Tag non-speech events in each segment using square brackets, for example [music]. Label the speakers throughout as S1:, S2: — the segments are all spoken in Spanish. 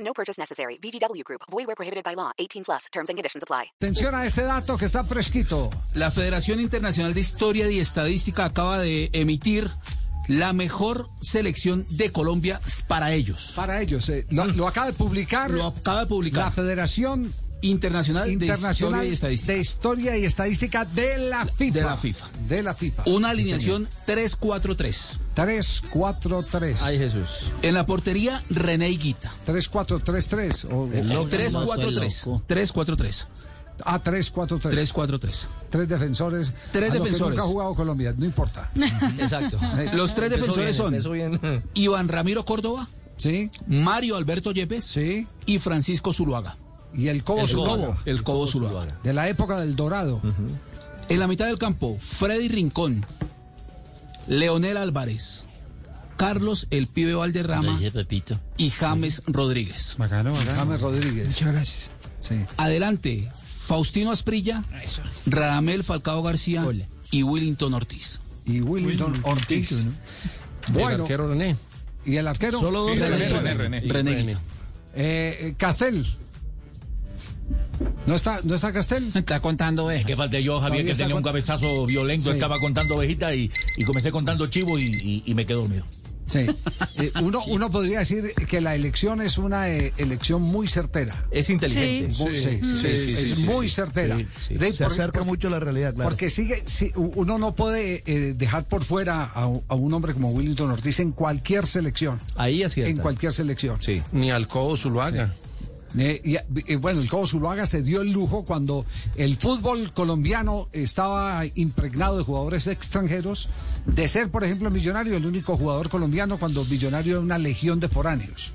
S1: No purchase necessary. VGW Group. Void where prohibited by law. 18 plus. Terms and conditions apply.
S2: Atención a este dato que está fresquito.
S3: La Federación Internacional de Historia y Estadística acaba de emitir la mejor selección de Colombia para ellos.
S2: Para ellos, eh, lo, lo acaba de publicar
S3: Lo acaba de publicar
S2: la Federación
S3: Internacional,
S2: Internacional
S3: de Historia y Estadística.
S2: de Historia y Estadística de la FIFA.
S3: De la FIFA.
S2: De la FIFA.
S3: Una alineación 3-4-3.
S2: 3-4-3.
S4: Ay, Jesús.
S3: En la portería, René Higuita.
S2: 3-4-3-3. o- o-
S4: loco.
S3: 3-4-3. 3-4-3.
S2: Ah, 3-4-3.
S3: 3-4-3.
S2: Tres defensores.
S3: Tres
S2: a lo que
S3: defensores.
S2: nunca ha jugado Colombia, no importa.
S3: [laughs]
S2: Eh,
S4: Exacto.
S3: Los tres defensores son
S4: Empezó bien.
S3: Iván Ramiro Córdoba,
S2: Sí,
S3: Mario Alberto Yepes
S2: sí.
S3: y Francisco Zuluaga.
S2: Y el Cobo
S4: El
S2: Zuluaga,
S4: Cobo.
S3: El Cobo Zuluaga.
S2: de la época del Dorado.
S3: En la mitad del campo, Freddy Rincón, Leonel Álvarez, Carlos El Pibe Valderrama
S4: Pepito.
S3: y James Rodríguez.
S2: James Rodríguez. Muchas gracias. Sí.
S3: Adelante, Faustino Asprilla, Radamel Falcao García
S4: Ole.
S3: y Willington Ortiz.
S2: Y Willington Ortiz.
S4: El
S2: Bueno,
S4: arquero René.
S2: y el arquero.
S3: Solo dos de la
S5: René,
S3: liga.
S5: René, René.
S3: René Guita.
S2: Eh, eh, Castel. ¿No está, ¿No está Castel?
S3: Está contando, eh.
S6: Que falté yo, Javier,
S2: Todavía
S6: que
S2: está
S6: tenía un
S2: con-
S6: cabezazo violento,
S2: Sí.
S6: estaba contando ovejitas y, y comencé contando chivo y, y- y me quedé dormido.
S2: [laughs] Sí. Eh, uno, uno podría decir que la elección es una eh, elección muy certera.
S4: Es inteligente.
S2: Muy- sí, es- es muy certera. De-
S7: Se
S2: porque,
S7: acerca mucho a la realidad, claro.
S2: porque sigue, si- u- uno no puede eh, dejar por fuera a, u- a un hombre como Willington Ortiz en cualquier selección.
S4: Ahí acierta.
S2: En cualquier selección.
S4: Sí.
S5: Ni al codo Zuluaga.
S2: Eh, y, eh, bueno, el Cobo Zuluaga se dio el lujo cuando el fútbol colombiano estaba impregnado de jugadores extranjeros, de ser, por ejemplo, Millonario el único jugador colombiano cuando Millonario era una legión de foráneos.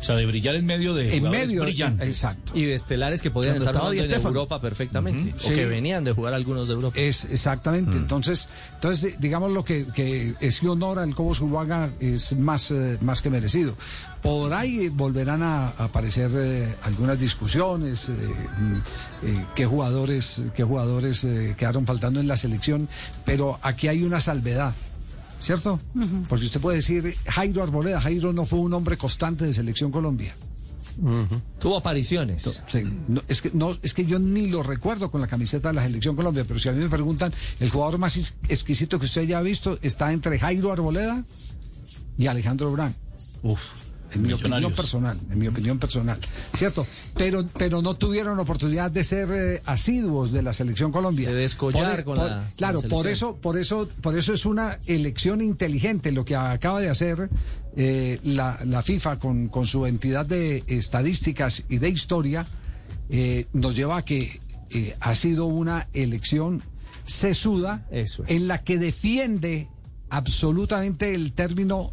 S6: O sea, de brillar en medio de
S2: En
S6: jugadores
S2: medio.
S6: brillantes.
S2: Exacto.
S4: Y de estelares que podían
S7: Cuando
S4: estar
S7: estaba
S4: jugando
S7: Di
S4: en
S7: Stéfano.
S4: Europa perfectamente.
S2: Sí.
S4: O que venían de jugar algunos de Europa.
S2: Es exactamente. Entonces, entonces di- digamos lo que, que ese honor al Cobo Zuluaga es más, eh, más que merecido. Por ahí eh, volverán a, a aparecer eh, algunas discusiones, eh, mm, eh, qué jugadores, qué jugadores eh, quedaron faltando en la selección, pero aquí hay una salvedad. ¿Cierto? Porque usted puede decir, Jairo Arboleda, Jairo no fue un hombre constante de Selección Colombia.
S4: Tuvo apariciones.
S2: Sí, Pues, mm, no, es, que, no, es que yo ni lo recuerdo con la camiseta de la Selección Colombia, pero si a mí me preguntan, el jugador más is- exquisito que usted haya visto está entre Jairo Arboleda y Alejandro Brán.
S6: Uf.
S2: En mi opinión
S6: Millonarios.
S2: personal, en mi opinión personal, ¿cierto? Pero, pero no tuvieron oportunidad de ser eh, asiduos de la selección Colombia.
S4: De descollar
S2: e-
S4: con la- con la
S2: Claro, por
S4: selección.
S2: eso, por eso, por eso es una elección inteligente lo que acaba de hacer eh, la, la FIFA con, con su entidad de estadísticas y de historia, eh, nos lleva a que eh, ha sido una elección sesuda
S4: Eso es.
S2: en la que defiende absolutamente el término